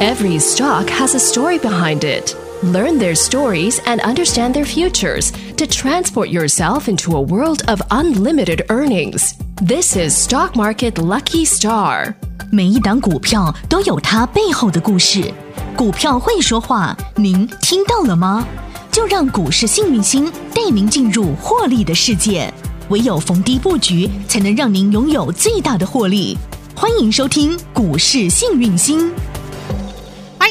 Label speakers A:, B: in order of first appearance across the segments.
A: Every stock has a story behind it. Learn their stories and understand their futures to transport yourself into a world of unlimited earnings. This is Stock Market Lucky Star.
B: 每一档股票都有它背后的故事，股票会说话，您听到了吗？就让股市幸运星带您进入获利的世界，唯有逢低布局，才能让您拥有最大的获利。欢迎收听《股市幸运星》。
C: 欢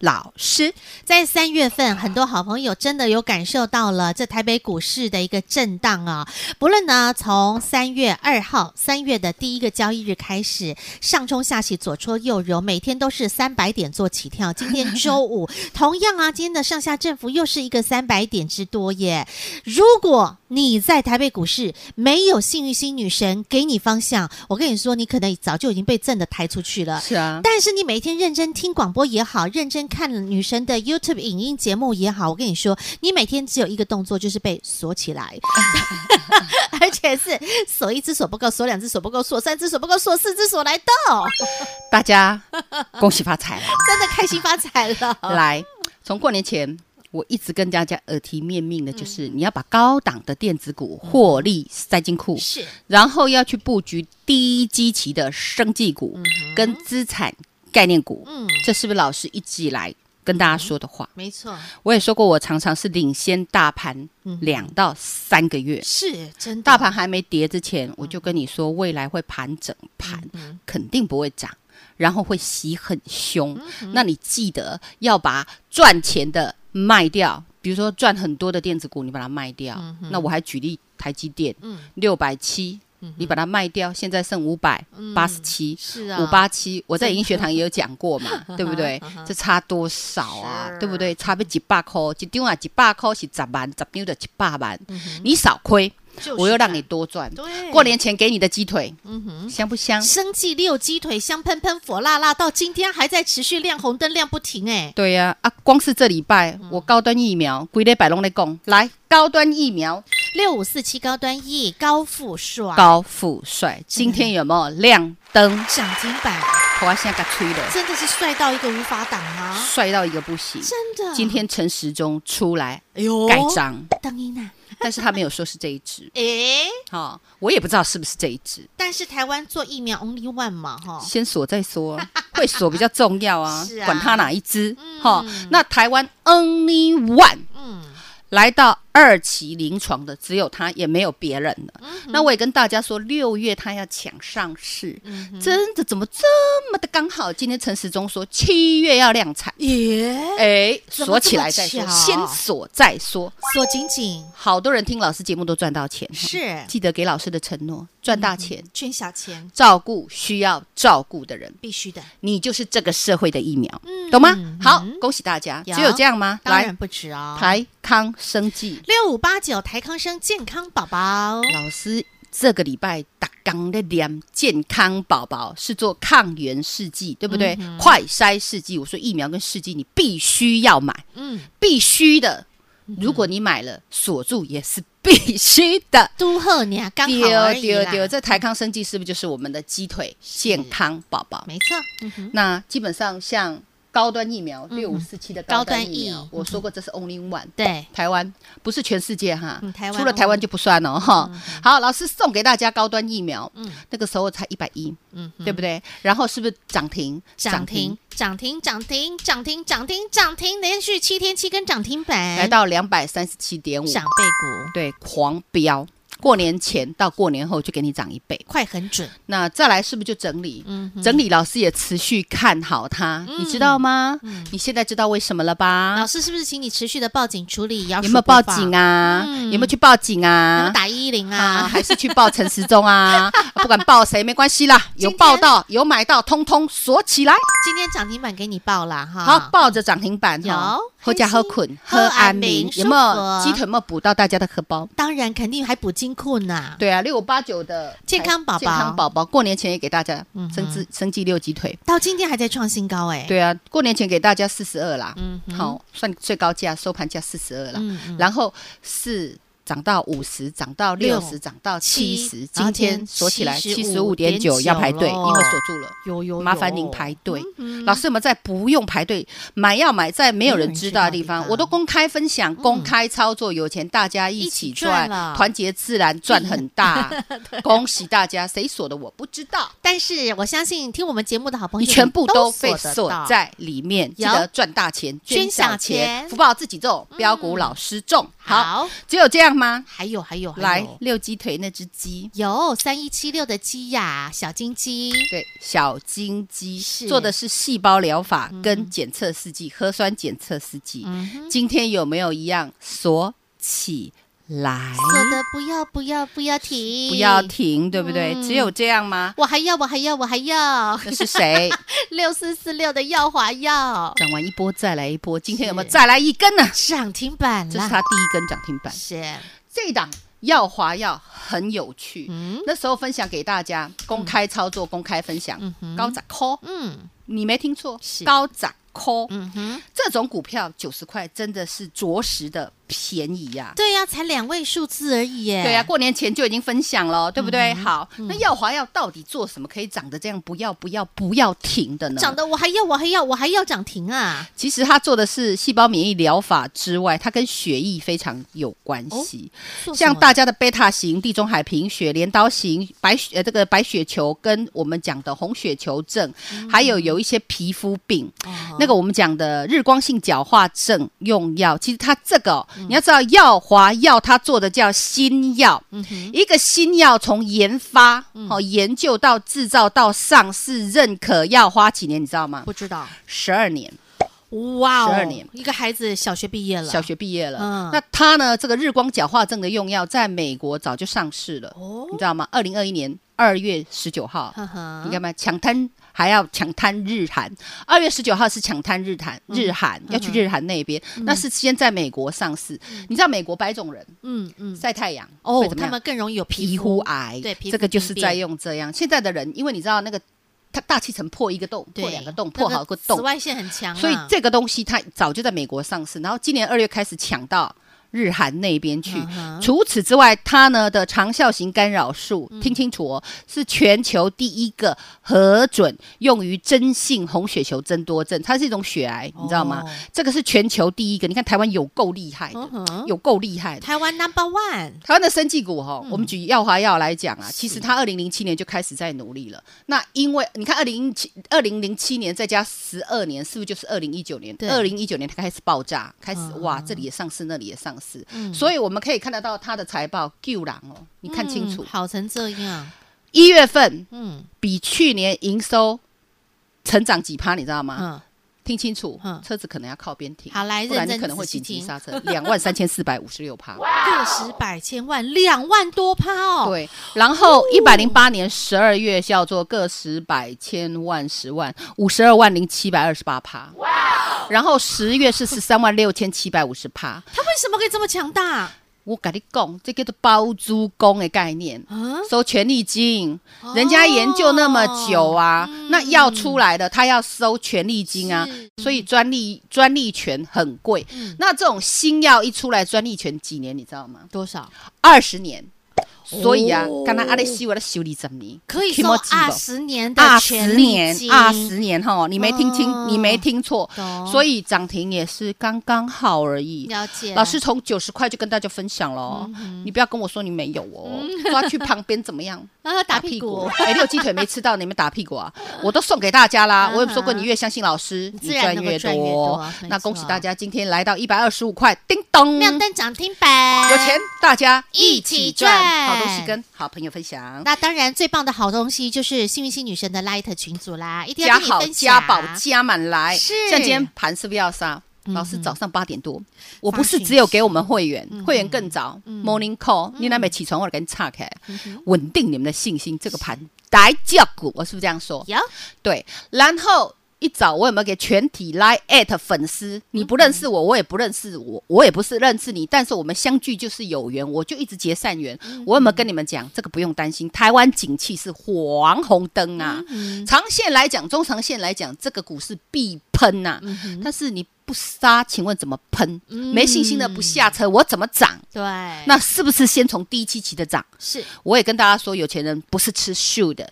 D: 老师。
C: 在三月份，很多好朋友真的有感受到了这台北股市的一个震荡啊。不论呢，从三月二号，三月的第一个交易日开始，上冲下洗，左搓右揉，每天都是三百点做起跳。今天周五，同样啊，今天的上下振幅又是一个三百点之多耶。如果你在台北股市没有幸运星女神给你方向，我跟你说，你可能早就已经被震的抬出去了。
D: 是啊，
C: 但是你每天认真听广播也好，认真看女神的 YouTube 影音节目也好，我跟你说，你每天只有一个动作，就是被锁起来， 而且是锁一只手不够，锁两只手不够，锁三只手不够，锁四只手来斗，
D: 大家恭喜发财！
C: 真的开心发财了。
D: 来，从过年前我一直跟大家耳提面命的就是，你要把高档的电子股获利塞进库，
C: 是
D: 然后要去布局低基期的生技股跟资产概念股。
C: 嗯
D: 这是不是老师一直以来跟大家说的话？
C: 没错，
D: 我也说过，我常常是领先大盘
C: 嗯
D: 两到三个月，
C: 是真的
D: 大盘还没跌之前，我就跟你说未来会盘整盘，
C: 嗯
D: 肯定不会涨，然后会洗很凶。
C: 嗯
D: 那你记得要把赚钱的卖掉，比如说赚很多的电子股，你把它卖掉。
C: 嗯
D: 那我还举例台积电，六百七。你把它卖掉，现在剩五百八十七，
C: 嗯是啊
D: 五八七，我在银学 堂也有讲过嘛，对不对？这差多少啊？
C: 是
D: 对不对？差不几百块，一张啊几百块是十万，十张就一百万，你少亏，
C: 嗯就是啊
D: 我又让你多赚。
C: 对嗯
D: 过年前给你的鸡腿，香不香？
C: 生计六鸡腿香喷喷、火辣辣，到今天还在持续亮红灯、亮不停哎、
D: 对呀、啊，光是这礼拜
C: 嗯
D: 我高端疫苗，规礼摆弄在供，来高端疫苗
C: 六五四七高端 E 高富爽
D: 高富帅，今天有没有亮灯？
C: 涨停板
D: 头啊，现在给吹了，
C: 真的是帅到一个无法挡啊！
D: 帅到一个不行。
C: 真的，
D: 今天陈时中出来
C: 哎呦
D: 盖章，
C: 当啊一娜，
D: 但是他没有说是这一只，
C: 哎，
D: 哈，我也不知道是不是这一只，
C: 但是台湾做疫苗 only one 嘛，哈，
D: 先锁 再说，会锁比较重要啊，
C: 是啊
D: 管它哪一只哈、那台湾 only one
C: 嗯，
D: 来到二期临床的只有它，也没有别人了。
C: 嗯
D: 那我也跟大家说，六月它要抢上市，
C: 嗯
D: 真的怎么这么的刚好？今天陈时中说七月要量产，
C: 耶，
D: 哎，
C: 怎
D: 锁
C: 么这么
D: 起来再说，
C: 巧
D: 先锁再说。
C: 锁紧紧，
D: 好多人听老师节目都赚到钱，
C: 是嗯
D: 记得给老师的承诺，赚大钱，
C: 捐小钱
D: 照顾需要照顾的人。
C: 必须的，
D: 你就是这个社会的疫苗，懂吗？好，恭喜大家！
C: 嗯有
D: 只有这样吗？
C: 当
D: 来
C: 然，不止哦。
D: 台康生技
C: 六五八九台康生健康宝宝，
D: 老师这个礼拜打刚的量健康宝宝是做抗原试剂，对不对？
C: 嗯
D: 快筛试剂，我说疫苗跟试剂你必须要买，
C: 嗯，
D: 必须的。如果你买了，锁住也是必须的。
C: 都贺你啊，刚好而已啦，
D: 这台康生技是不是就是我们的鸡腿健康宝宝？
C: 没错，嗯哼，
D: 那基本上像高端疫苗六五四七的高端
C: 嗯
D: 疫
C: 高端疫嗯
D: 苗，我说过这是 only one。
C: 对，
D: 台湾不是全世界哈
C: 嗯台，湾嗯
D: 除了台湾就不算了哈。好，老师送给大家高端疫苗，那个时候才一百一，对不对？然后是不是涨停？
C: 嗯涨停，涨停，涨停，涨停，涨停，涨停，连续七天七根涨停板，
D: 来到两百三十七点五，
C: 长辈股，
D: 对，狂飙。过年前到过年后就给你涨一倍，
C: 快很准，
D: 那再来是不是就整理？
C: 嗯
D: 整理老师也持续看好它，你知道吗？你现在知道为什么了吧？
C: 嗯老师是不是请你持续的报警处理？啊有
D: 有没有报警？啊？有没有去报警
C: 有没有
D: 啊？
C: 打一一零
D: 啊，
C: 啊？
D: 还是去报陈时中 啊？不管报谁没关系啦，有报到有买到，通通锁起来。
C: 今天涨停板给你报啦哈！
D: 好，抱着涨停板
C: 有
D: 哈，喝家喝困
C: 喝
D: 喝
C: 安
D: 安
C: 眠
D: 眠，有没有
C: 舒服
D: 鸡腿有没有补到大家的荷包？
C: 当然肯定还补金库呢。
D: 对啊，六五八九的
C: 嗯健康宝宝嗯
D: 健康宝宝过年前也给大家生鸡生鸡六鸡腿。
C: 到今天还在创新高哎、，
D: 对啊，过年前给大家四十二啦，
C: 嗯哼
D: 好算最高价收盘价四十二啦，
C: 嗯嗯
D: 然后四涨到五十，涨到
C: 六
D: 六十，涨到七
C: 七
D: 十，
C: 然后
D: 今天锁起来七十五点九
C: 75.9
D: 要排队，因
C: 咯
D: 为锁住了。
C: 有有有嗯
D: 麻烦您排队，老师们在不用排队买要买在没有人知道的地
C: 嗯没有人知道的地
D: 方，
C: 方嗯
D: 我都公开分享、公开操作，有钱大家一
C: 一起
D: 起
C: 赚
D: 赚
C: 了，
D: 团结自然赚很大，恭喜大家！谁锁的我不知道，
C: 但是我相信听我们节目的好朋友，
D: 你全部都被
C: 得
D: 锁
C: 到
D: 在里面，记
C: 有
D: 得赚大钱、
C: 捐
D: 捐
C: 小
D: 小
C: 钱嗯
D: 钱，福报自己种，标股老师种。好，
C: 好，哎
D: 只有这样吗？
C: 还有还有还
D: 来
C: 有，
D: 六鸡腿那只鸡。
C: 有三一七六的鸡呀，小金鸡，
D: 对，小金鸡
C: 是
D: 做的是细胞疗法跟检测试剂，核酸检测试剂。
C: 嗯
D: 今天有没有一样锁起来？
C: 锁的不要不要不要停，
D: 嗯不要，停，对不对？
C: 嗯
D: 只有这样吗？
C: 我还要我还要我还要
D: 那 是谁？
C: 六四四六的耀华耀
D: 涨完一波再来一波，今天有没有
C: 是
D: 再来一根呢？
C: 涨停板
D: 这
C: 啦，
D: 是它第一根涨停板。
C: 是，
D: 这一档耀华耀很有趣，
C: 嗯
D: 那时候分享给大家，公开操作、公开分享，高涨 call，
C: 嗯
D: 你没听错
C: 是，
D: 高涨 call，
C: 嗯哼，
D: 这种股票九十块真的是着实的便宜呀、
C: 对呀，才两位数字而已耶，
D: 对呀、过年前就已经分享
C: 嗯
D: 了，对不对？好，那耀华耀到底做什么可以涨得这样不要不要不要停的呢？
C: 涨的我还要我还要我还要涨停啊，
D: 其实它做的是细胞免疫疗法之外，它跟血液非常有关系。
C: 做什
D: 像
C: 么
D: 大家的贝塔型、地中海贫血、镰刀型、白血呃这个白血球，跟我们讲的红血球症，
C: 嗯
D: 还有有一些皮肤病，那个我们讲的日光性角化症用药，其实它这个哦、
C: 嗯
D: 你要知道，药华药它做的叫新药，
C: 嗯
D: 一个新药从研发、哦研究到制造到上市认可要花几年，你知道吗
C: 不？知道，
D: 十二年。
C: 哇哦，
D: 12年
C: 一个孩子小学毕业了，
D: 小学毕业了。
C: 嗯
D: 那他呢？这个日光角化症的用药在美国早就上市了，
C: 哦
D: 你知道吗？二零二一年二月十九号，
C: 呵呵
D: 你看嘛，抢滩还要抢滩日韩。二月十九号是抢滩日韩，
C: 嗯
D: 日韩、要去日韩那边，那是先在美国上市。你知道美国白种人
C: 嗯嗯，
D: 晒太阳
C: 哦
D: 会，怎么
C: 他
D: 样
C: 们更容易有皮
D: 皮
C: 肤
D: 肤癌，
C: 对皮肤
D: 这个就是
C: 病变
D: 在用这样。现在的人，因为你知道那个。它大气层破一个洞，
C: 对
D: 破两个洞，
C: 那
D: 破好个洞
C: 紫，外线很强啊，
D: 所以这个东西它早就在美国上市，然后今年二月开始抢到。日韩那边去。
C: 嗯哼嗯
D: 除此之外，它呢的长效型干扰素，听清楚哦，是全球第一个核准用于真性红血球增多症，它是一种血癌，你知道吗？
C: 哦
D: 这个是全球第一个。你看台湾有够厉害的，
C: 嗯哼
D: 有够厉害的。
C: 台湾 number one
D: 台湾的生技股哈、
C: 嗯
D: 我们举耀华药来讲啊，其实它二零零七年就开始在努力了。那因为你看二零七二零零七年再加十二年，是不是就是二零一九年
C: 对？嗯
D: 二零一九年它开始爆炸，开始、哇，这里也上市，那里也上市。所以我们可以看得到它的财报救狼哦，你看清楚
C: 嗯，好成这样，
D: 一、月份
C: 嗯
D: 比去年营收成长几趴，你知道吗？
C: 嗯，
D: 听清楚
C: 嗯，
D: 车子可能要靠边停，
C: 好来
D: 不然
C: 认真
D: 你可能会
C: 仔细
D: 紧急
C: 听
D: 刹车，两万三千四百五十 六趴。
C: 个十百千万两万多趴哦，
D: 对，然后一百零八年十二月叫做个十百千万十万五十二万零七百二十八趴，
C: 哦
D: 然后十月是十三万六千七百五十趴。
C: 它为什么可以这么强大？
D: 我跟你讲，这叫做包租公的概念，
C: 嗯，
D: 收权利金，
C: 哦
D: 人家研究那么久啊，那药出来了，他要收权利金啊
C: 嗯是，嗯
D: 所以专利专利权很贵。那这种新药一出来，专利权几年你知道吗？
C: 多少
D: 二十年。所以啊
C: 哦，
D: 刚刚阿里修我的修理怎么？
C: 可以
D: 起
C: 收
D: 码几
C: 二
D: 个
C: 十年的
D: 二
C: 权
D: 十
C: 利
D: 年
C: 金，，
D: 二十年哈，你没听清，
C: 哦
D: 你没听错
C: 懂，
D: 所以涨停也是刚刚好而已。
C: 了解嗯
D: 老师从九十块就跟大家分享了哦，你不要跟我说你没有哦，抓去旁边怎么样？
C: 啊嗯 打屁股，
D: 哎，六鸡腿没吃到，你们打屁股 啊！我都送给大家啦。我有说过，
C: 嗯哼
D: 你越相信老师，
C: 你
D: 你
C: 自然
D: 赚
C: 能够
D: 越
C: 赚越多
D: 多。哦那
C: 没错
D: 恭喜大家，今天来到一百二十五块，叮咚，
C: 亮灯涨停板，
D: 嗯有钱大家
C: 哎一
D: 一
C: 起
D: 起
C: 赚
D: 赚，好东西跟好朋友分享，
C: 那当然，最棒的好东西就是幸运星女神的 Light 群组啦，一定要
D: 加
C: 跟你
D: 好
C: 分
D: 加
C: 享。
D: 宝加满来。
C: 是嗯
D: 像今天盘是不是要杀？老师早上八点多，我不是
C: 发讯嗯
D: 只有给我们会员，会员更早，morning call，你那没起床，我给你岔开，
C: 嗯
D: 稳定你们的信心。这个盘来叫股，我是不是这样说？
C: 有
D: 对，然后一早我有没有给全体 line at 粉丝？你不认识我，我也不认识我，我也不是认识你，但是我们相聚就是有缘，我就一直结善缘。我有没有跟你们讲？这个不用担心，台湾景气是黄红灯啊，长线来讲，中长线来讲，这个股市必喷呐、但是你不杀，请问怎么喷？没信心的不下车，我怎么涨？
C: 对，
D: 那是不是先从第一期起的涨？
C: 是
D: 我也跟大家说，有钱人不是吃素的，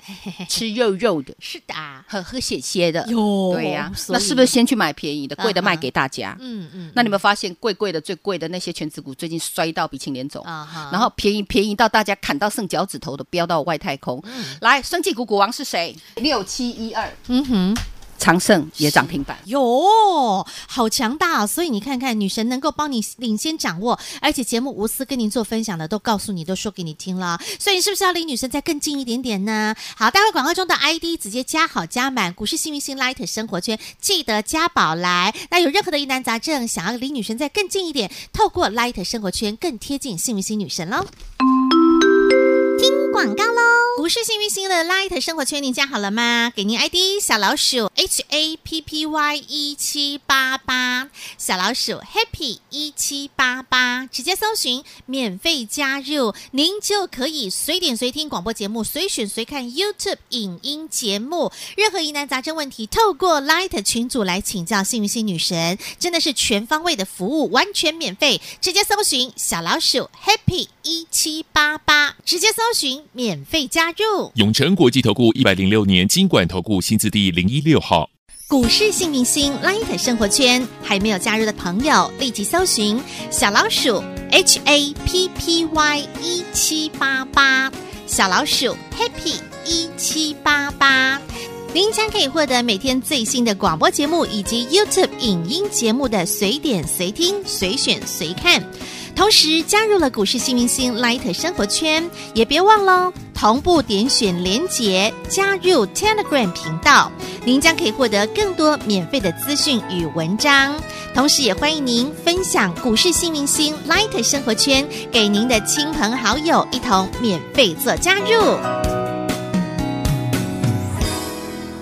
D: 吃肉肉的，
C: 是的啊，
D: 喝喝血血的。
C: 有
D: 对呀、
C: 所
D: 那
C: 以
D: 是不是先去买便宜的、贵的卖给大家？
C: 嗯嗯
D: 那你们发现贵贵的、最贵的那些全指股最近摔到鼻青脸肿，
C: 啊哈
D: 然后便宜便宜到大家砍到剩脚趾头的，飙到外太空。来，生技股股王是谁？六七一二，
C: 嗯哼，
D: 长盛也涨停板。
C: 有好强大、哦，所以你看看女神能够帮你领先掌握，而且节目无私跟您做分享的都告诉你，都说给你听了，所以你是不是要离女神再更近一点点呢？好，待会广告中的 ID 直接加好加满，股市幸运星 Light 生活圈记得加宝来。那有任何的疑难杂症，想要离女神再更近一点，透过 Light 生活圈更贴近幸运星女神喽。听广告喽！股市幸运星的 Light 生活圈，你加好了吗？给您 ID 小老鼠 H A P P Y 一七八八，小老鼠 Happy 一七八八，直接搜寻免费加入，您就可以随点随听广播节目，随选随看 YouTube 影音节目。任何疑难杂症问题，透过 Light 群组来请教幸运星女神，真的是全方位的服务，完全免费。直接搜寻小老鼠 Happy 一七八八，直接搜寻免费加入。
E: 永诚国际投顾一百零六年金管投顾新字第零一六号。
C: 股市幸明星 Light 生活圈还没有加入的朋友，立即搜寻小老鼠 H A P P Y 一七八八，小老鼠 Happy 一七八八。您将可以获得每天最新的广播节目以及 YouTube 影音节目的随点随听、随选随看。同时加入了股市幸运星 Light 生活圈，也别忘了同步点选连结加入 Telegram 频道，您将可以获得更多免费的资讯与文章。同时，也欢迎您分享股市幸运星 Light 生活圈给您的亲朋好友，一同免费做加入。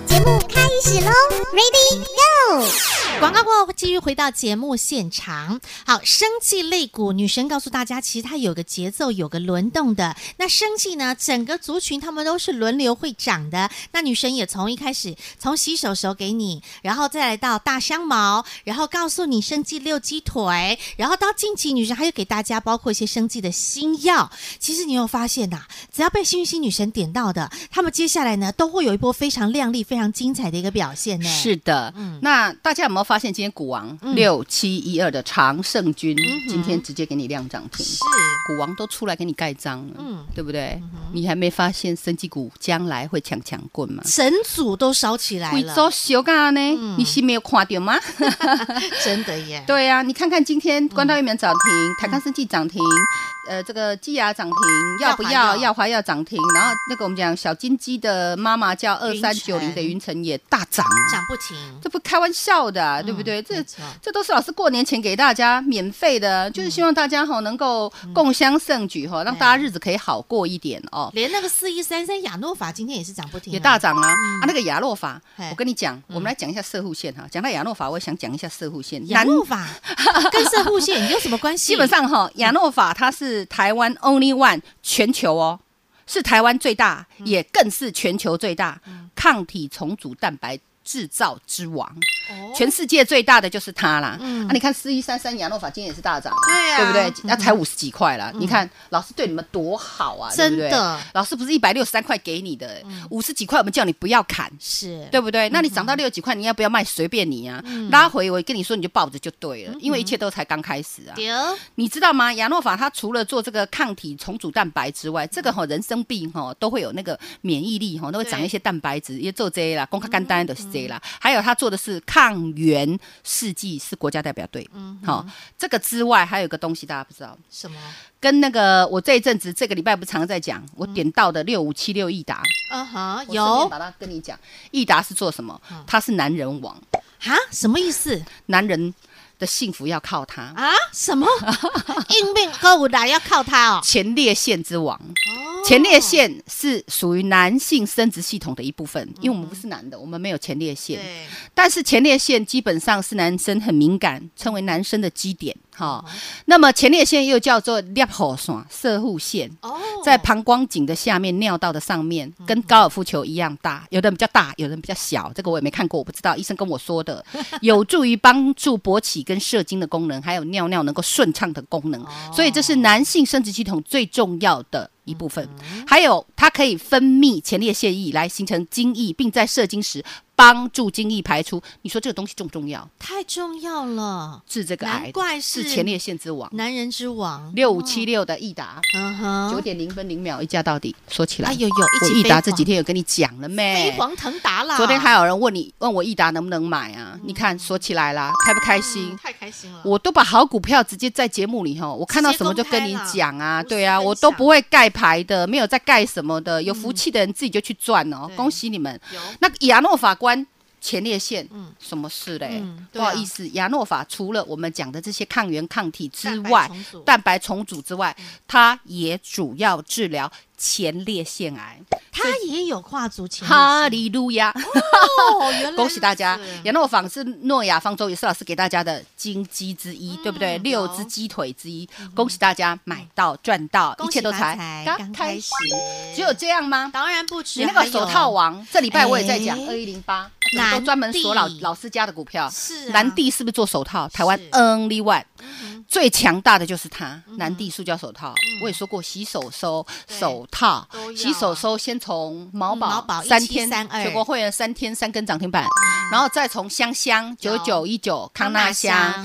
F: 节目开始喽，Ready Go！
C: 广告过后，继续回到节目现场。好，生气类股，女神告诉大家，其实它有个节奏，有个轮动的。那生气呢，整个族群他们都是轮流会涨的。那女神也从一开始，从洗手手给你，然后再来到大香茅，然后告诉你生气六鸡腿，然后到近期女神还有给大家包括一些生气的新药。其实你有发现呐、只要被幸运星女神点到的，他们接下来呢都会有一波非常亮丽、非常精彩的一个表现呢。
D: 是的，
C: 嗯
D: 那大家有没有发现今天股王六七一二的常胜军
C: 嗯
D: 今天直接给你亮涨停？
C: 是。
D: 股王都出来给你盖章了，
C: 嗯
D: 对不对？你还没发现生技股将来会强强棍吗？
C: 整组都烧起来
D: 贵
C: 了，嗯
D: 州小干呢？你是没有看 到吗？
C: 真的耶！
D: 对呀、啊，你看看今天关到一秒涨
C: 嗯
D: 停，台康生技涨停，呃，这个季雅涨停，要不
C: 嗯耀华
D: 要？
C: 耀
D: 耀华要涨停，然后那个我们讲小金鸡的妈妈叫二
C: 云
D: 三九零
C: 晨
D: 的云晨也大涨啊，
C: 涨不停，
D: 这不开玩笑的啊、对不对？
C: 嗯没
D: 这
C: 错
D: 这都是老师过年前给大家免费的，就是希望大家哈能够
C: 嗯
D: 共襄盛举哈，让大家日子可以好过一点哦。
C: 连那个四一三三亚诺法今天也是涨不停啊，
D: 也大涨啊！啊，那个亚诺法
C: 嘿，嗯
D: 我跟你讲，我们来讲一下射护线哈。讲到亚诺法，我也想讲一下射护线。
C: 亚
D: 南
C: 诺法跟射护线有什么关系？
D: 基本上哈，
C: 嗯
D: 亚诺法它是台湾 only one 全球哦，是台湾最大，
C: 嗯
D: 也更是全球最大抗体重组蛋白制造之王。
C: 哦
D: 全世界最大的就是它啦。
C: 嗯
D: 啊，你看四一三三亚诺法今天也是大涨，
C: 对啊嗯
D: 对不对？那才五十几块啦。你看老师对你们多好啊，对不
C: 真
D: 对
C: 的嗯
D: 老师不是一百六十三块给你的，五十几块我们叫你不要砍。
C: 是
D: 对不对？那你涨到六十几块，你要不要卖？随便你啊，
C: 嗯
D: 拉回我跟你说，你就抱着就对了，因为一切都才刚开始啊。
C: 丢
D: 你知道吗？亚诺法它除了做这个抗体重组蛋白之外，这个哈、人生病哈、都会有那个免疫力哈、都会长一些蛋白质，也做这啦，公开干单的是这啦。还有它做的是抗原试剂，是国家代表队。嗯，好、这个之外还有一个东西大家不知道，
C: 什么？
D: 跟那个我这一阵子这个礼拜不常在讲，我点到的六五七六益达，
C: 嗯哼，
D: 我顺便
C: 有
D: 把它跟你讲，益达是做什么？它是男人王，
C: 哈什么意思
D: 男人的幸福要靠它。
C: 啊？什么硬命歌舞来要靠它哦？
D: 前列腺之王，
C: 哦
D: 前列腺是属于男性生殖系统的一部分，因为我们不是男的，我们没有前列腺。
C: 嗯对，
D: 但是前列腺基本上是男生很敏感，称为男生的基点哈、
C: 哦
D: 那么前列腺又叫做尿火线、射护腺，
C: 哦，嗯
D: 在膀胱颈的下面、尿道的上面，跟高尔夫球一样大，有的比较大，有的比较小，这个我也没看过，我不知道，医生跟我说 的，有助于帮助勃起跟射精的功能，还有尿尿能够顺畅的功能，
C: 哦
D: 所以这是男性生殖系统最重要的。一部分，
C: 嗯
D: 还有它可以分泌前列腺液来形成精液，并在射精时帮助精液排出。你说这个东西重不重要？
C: 太重要了，
D: 治这个癌
C: 难，怪是
D: 治前列腺之王。
C: 男人之王，
D: 六五七六的益达，
C: 嗯哼，
D: 九点零分零秒一价到底，说起来。
C: 哎呦呦，一
D: 我
C: 起
D: 益
C: 飞
D: 达这
C: 黄
D: 几天有跟你讲了没？
C: 飞黄腾达啦！
D: 昨天还有人问你，问我益达能不能买啊？你看说起来啦，开不开心？
C: 嗯太开心了，
D: 我都把好股票直接在节目里吼，我看到什么就跟你讲啊，对啊，我都不会盖牌的，没有在盖什么的，有福气的人自己就去赚哦，
C: 嗯对
D: 恭喜你们
C: 有。
D: 那亚诺法官前列腺，什么事嘞
C: 嗯？
D: 不
C: 对啊
D: 好意思，亚诺法除了我们讲的这些抗原抗体之
C: 蛋白
D: 外
C: 重组，嗯
D: 蛋白重组之外，它也主要治疗前列腺癌。
C: 他也有跨足前
D: 哈
C: 列
D: 利路亚。
C: 腺哦，原来
D: 恭喜大家
C: 如此！
D: 羊肉坊是诺亚方舟也是老师给大家的金鸡之一，
C: 嗯
D: 对不对？六只鸡腿之一，恭喜大家买到赚到，
C: 恭
D: 一
C: 喜
D: 切都
C: 发
D: 才
C: 财，
D: 刚
C: 刚
D: 开
C: 开
D: 始
C: 始，
D: 只有这样吗？
C: 当然不止
D: 你那个手套，啊王，这礼拜我也在讲
C: 哎
D: 二一零八，
C: 南
D: 都专门锁老
C: 帝
D: 老师家的股票。
C: 是啊
D: 南帝是不是做手套？台湾
C: 是嗯
D: only one 最强大的就是它，南帝塑胶手套。我也说过，洗手收
C: 嗯对
D: 手套
C: 都要，啊
D: 洗手收先从毛
C: 嗯毛
D: 宝
C: 宝
D: 三天
C: 1732
D: 全国会员三天三根涨停板，然后再从香香
C: 嗯
D: 九
C: 有
D: 九一九康纳香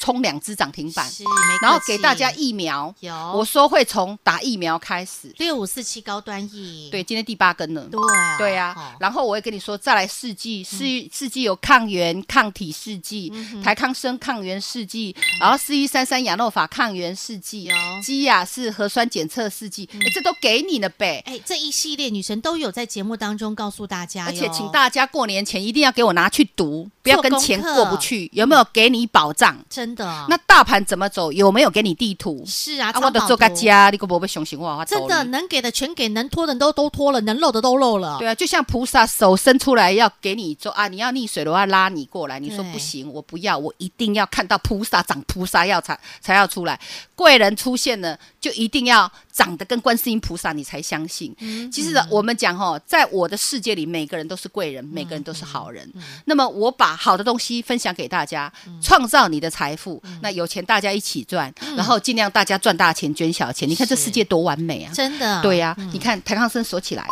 D: 冲两只涨停板，
C: 是，没客气
D: 然后给大家疫苗。
C: 有
D: 我说会从打疫苗开始，
C: 六五四七高端 E，
D: 对，今天第八根了。
C: 对啊嗯
D: 对呀、
C: 哦
D: 然后我会跟你说，再来试剂，试试剂有抗原抗体试剂、
C: 嗯
D: 台康生抗原试剂，然后四一三三亚诺法抗原试剂
C: 有，嗯
D: 基亚是核酸检测试剂，诶这都给你了呗。
C: 哎，这一系列女神都有在节目当中告诉大家哟，
D: 而且请大家过年前一定要给我拿去读，不要跟钱
C: 哎做功
D: 过
C: 课
D: 不去，有没有给你保障？
C: 真的哦
D: 那大盘怎么走？有没有给你地图？
C: 是啊，
D: 啊，我
C: 的
D: 的做个。家，你个不被熊熊我，我
C: 真
D: 道
C: 的
D: 理
C: 能给的全给，能拖的都都拖了，能漏的都漏了。
D: 对啊，就像菩萨手伸出来要给你做啊，你要溺水的话拉你过来，你说
C: 对
D: 不行，我不要，我一定要看到菩萨长菩萨药才才要出来，贵人出现了就一定要长得跟观世音菩萨，你才相信。
C: 嗯
D: 其实呢我们讲哦，在我的世界里，每个人都是贵人，
C: 嗯
D: 每个人都是好人。那么我把好的东西分享给大家，
C: 嗯
D: 创造你的财富。那有钱大家一起赚，然后尽量大家赚大钱捐小钱。你看这
C: 是
D: 世界多完美啊！
C: 真的嗯
D: 对呀、你看台康生锁起来了。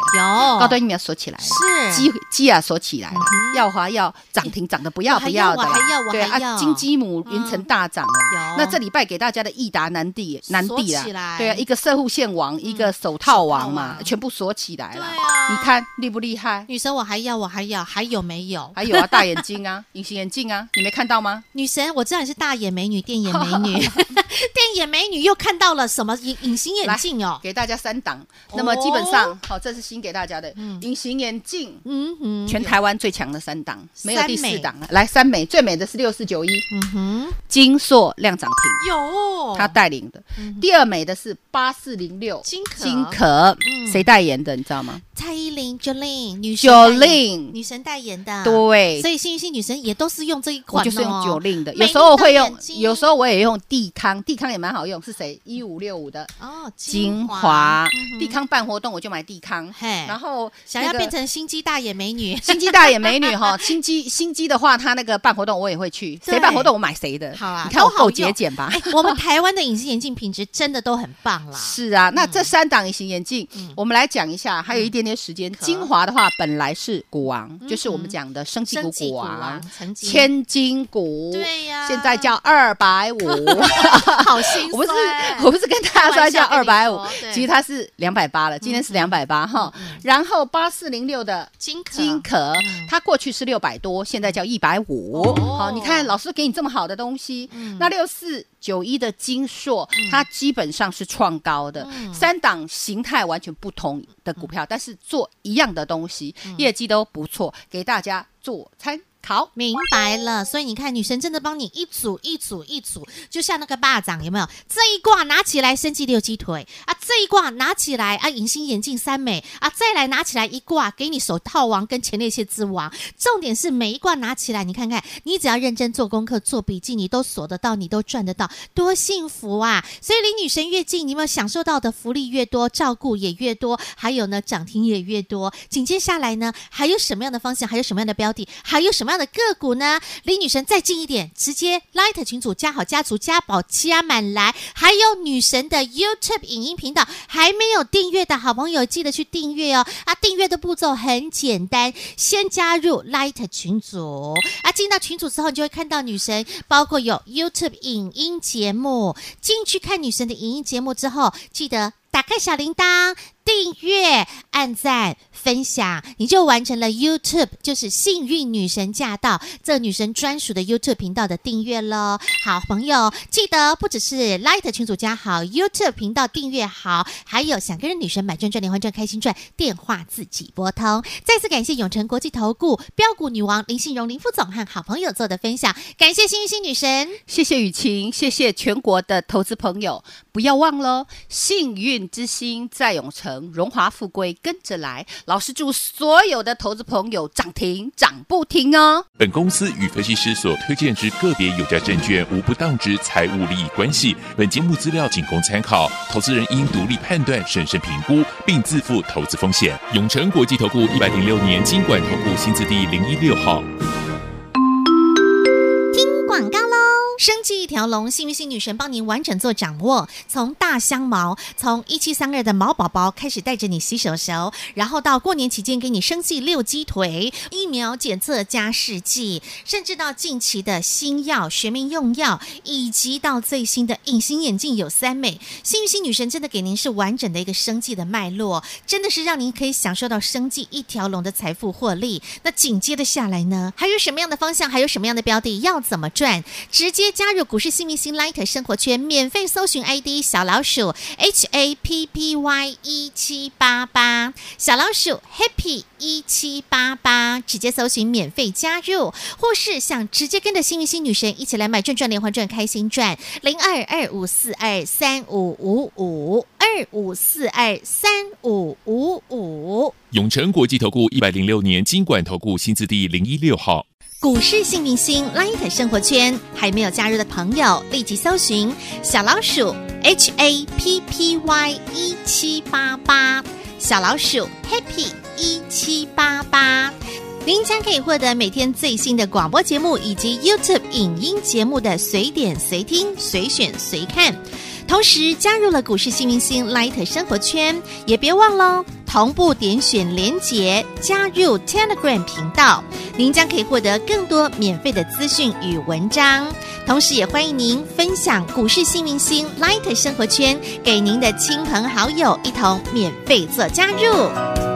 C: 有
D: 高端疫苗锁起来了，
C: 哦是
D: 基基亚锁起来了，耀华要涨停涨得不要
C: 我
D: 不
C: 还要
D: 要的啦
C: 我还要我
D: 对
C: 还要嗯
D: 啊，金鸡母云层大涨啦
C: 有。
D: 那这礼拜给大家的益达南地南地
C: 锁起来嗯
D: 啦，对啊，一个射护线王，一个手套王
C: 手套
D: 嘛，
C: 王
D: 全部锁起来
C: 对
D: 了
C: 啊。
D: 你看厉不厉 害？
C: 女神，我还要，我还要，还有没有？
D: 还有啊，大眼睛啊，隐形眼镜啊，你没看到吗？
C: 女神，我知道你是大眼美女、电眼美女， 电眼美女又看到了什么隐隐形眼镜哦？
D: 给大家三档。
C: 哦
D: 那么基本上，好，这是新给大家的隐形眼镜。
C: 嗯哼，
D: 全台湾最强的三档，没有第
C: 三
D: 四
C: 美
D: 档了。来，三美最美的是六四九一，
C: 嗯哼，
D: 金硕亮涨停。
C: 有
D: 他带领的。第二美的是八四零六
C: 嗯金嗯可
D: 金可，谁代言的你知道吗？
C: 蔡依林、Jolin 女神代言
D: Jolin，
C: 女神代言的，
D: 对
C: 啊所以幸运星女神也都是用这一
D: 我
C: 款哦，
D: 就是用 Jolin 的，
C: 美
D: 有
C: 丽
D: 时候会
C: 眼
D: 用，
C: 睛
D: 有时候我也用帝康，帝康也蛮好用，是谁？一五六五的
C: 哦
D: 精华
C: 嗯哼，
D: 帝康办活动我就买帝康，
C: 嘿
D: 然后
C: 想要
D: 那个，
C: 变。成心机大眼美女
D: 心机大眼美女哈，心机心机的话，他那个办活动我也会去，
C: 对
D: 谁办活动我买谁 的。
C: 好啊
D: 你看我
C: 都好
D: 够节
C: 用
D: 俭 吧？
C: 哎，我们台湾的隐形眼镜品质真的都很棒啦，嗯
D: 是啊，那这三档隐形眼镜，我们来讲一下，还有一点点时间。精华的话，本来是股王，就是我们讲的生技股
C: 嗯升级
D: 股
C: 股
D: 王
C: 王，，曾经
D: 千金股，
C: 对呀
D: 现在叫二 百五。
C: 好心
D: 我
C: 酸，
D: 不是，我不是跟大家说它叫
C: 开
D: 二
C: 玩
D: 百
C: 笑
D: 五
C: 跟你说对，嗯
D: 其实它是两百八了，今天是两百八哈。然后八四零六的
C: 金可
D: 金壳，它过去是六百多，现在叫一百五。好，你看老师给你这么好的东西，那六四九一的金硕，它基本上是创高的，三档形态完全不同的股票，但是做一样的东西，业绩都不错，给大家做参好，
C: 明白了，所以你看，女神真的帮你一组一组一组，就像那个巴掌有没有？这一卦拿起来生气六鸡腿啊，这一卦拿起来啊隐形眼镜三美啊，再来拿起来一卦给你手套王跟前列腺之王。重点是每一卦拿起来，你看看，你只要认真做功课、做笔记，你都锁得到，你都赚得到，多幸福啊！所以离女神越近，你有没有享受到的福利越多，照顾也越多，还有呢涨停也越多。紧接下来呢，还有什么样的方向？还有什么样的标的？还有什么？什么样的个股呢？离女神再近一点，直接 Light 群组加好、加足、加宝、加满来，还有女神的 YouTube 影音频道，还没有订阅的好朋友记得去订阅哦！啊，订阅的步骤很简单，先加入 Light 群组啊，进到群组之后，你就会看到女神，包括有 YouTube 影音节目，进去看女神的影音节目之后，记得。打开小铃铛，订阅、按赞、分享，你就完成了 YouTube，就是幸运女神驾到这女神专属的 YouTube 频道的订阅喽。好朋友，记得不只是 Light 群主加好，YouTube 频道订阅好，还有想跟着女神买赚赚连环赚开心赚，电话自己拨通。再次感谢永诚国际投顾标股女王林信荣林副总和好朋友做的分享，感谢幸运星女神。
D: 谢谢雨晴，谢谢全国的投资朋友，不要忘喽，幸运之星在永城，荣华富贵跟着来。老师祝所有的投资朋友涨停涨不停哦！
E: 本公司与分析师所推荐之个别有价证券无不当之财务利益关系。本节目资料仅供参考，投资人应独立判断、审慎评估，并自负投资风险。永诚国际投顾一百零六年经管投顾新字第零一六号。
C: 广告喽！生机一条龙，幸运星女神帮您完整做掌握。从大香茅，从一七三二的毛宝宝开始带着你洗手手，然后到过年期间给你生计六鸡腿疫苗检测加试剂，甚至到近期的新药学名用药，以及到最新的隐形眼镜有三美。幸运星女神真的给您是完整的一个生计的脉络，真的是让您可以享受到生计一条龙的财富获利。那紧接着下来呢，还有什么样的方向，还有什么样的标的要怎么赚？直接加入股市新明星 Light 生活圈，免费搜寻 ID 小老鼠 H A P P Y 一七八八，小老鼠 Happy 一七八八，直接搜寻免费加入，或是想直接跟着幸运星女神一起来买赚赚连环赚开心赚零二二五四二三五五五二五四二三五五五。
E: 永诚国际投顾一百零六年经管投顾新字第零一六号。
C: 股市幸明星 Light 生活圈还没有加入的朋友，立即搜寻小老鼠 H A P P Y 一七八八，小老鼠 Happy 一七八八。您将可以获得每天最新的广播节目以及 YouTube 影音节目的随点随听、随选随看。同时加入了股市新明星 Light 生活圈，也别忘喽，同步点选连结加入 Telegram 频道，您将可以获得更多免费的资讯与文章。同时，也欢迎您分享股市新明星 Light 生活圈给您的亲朋好友，一同免费做加入。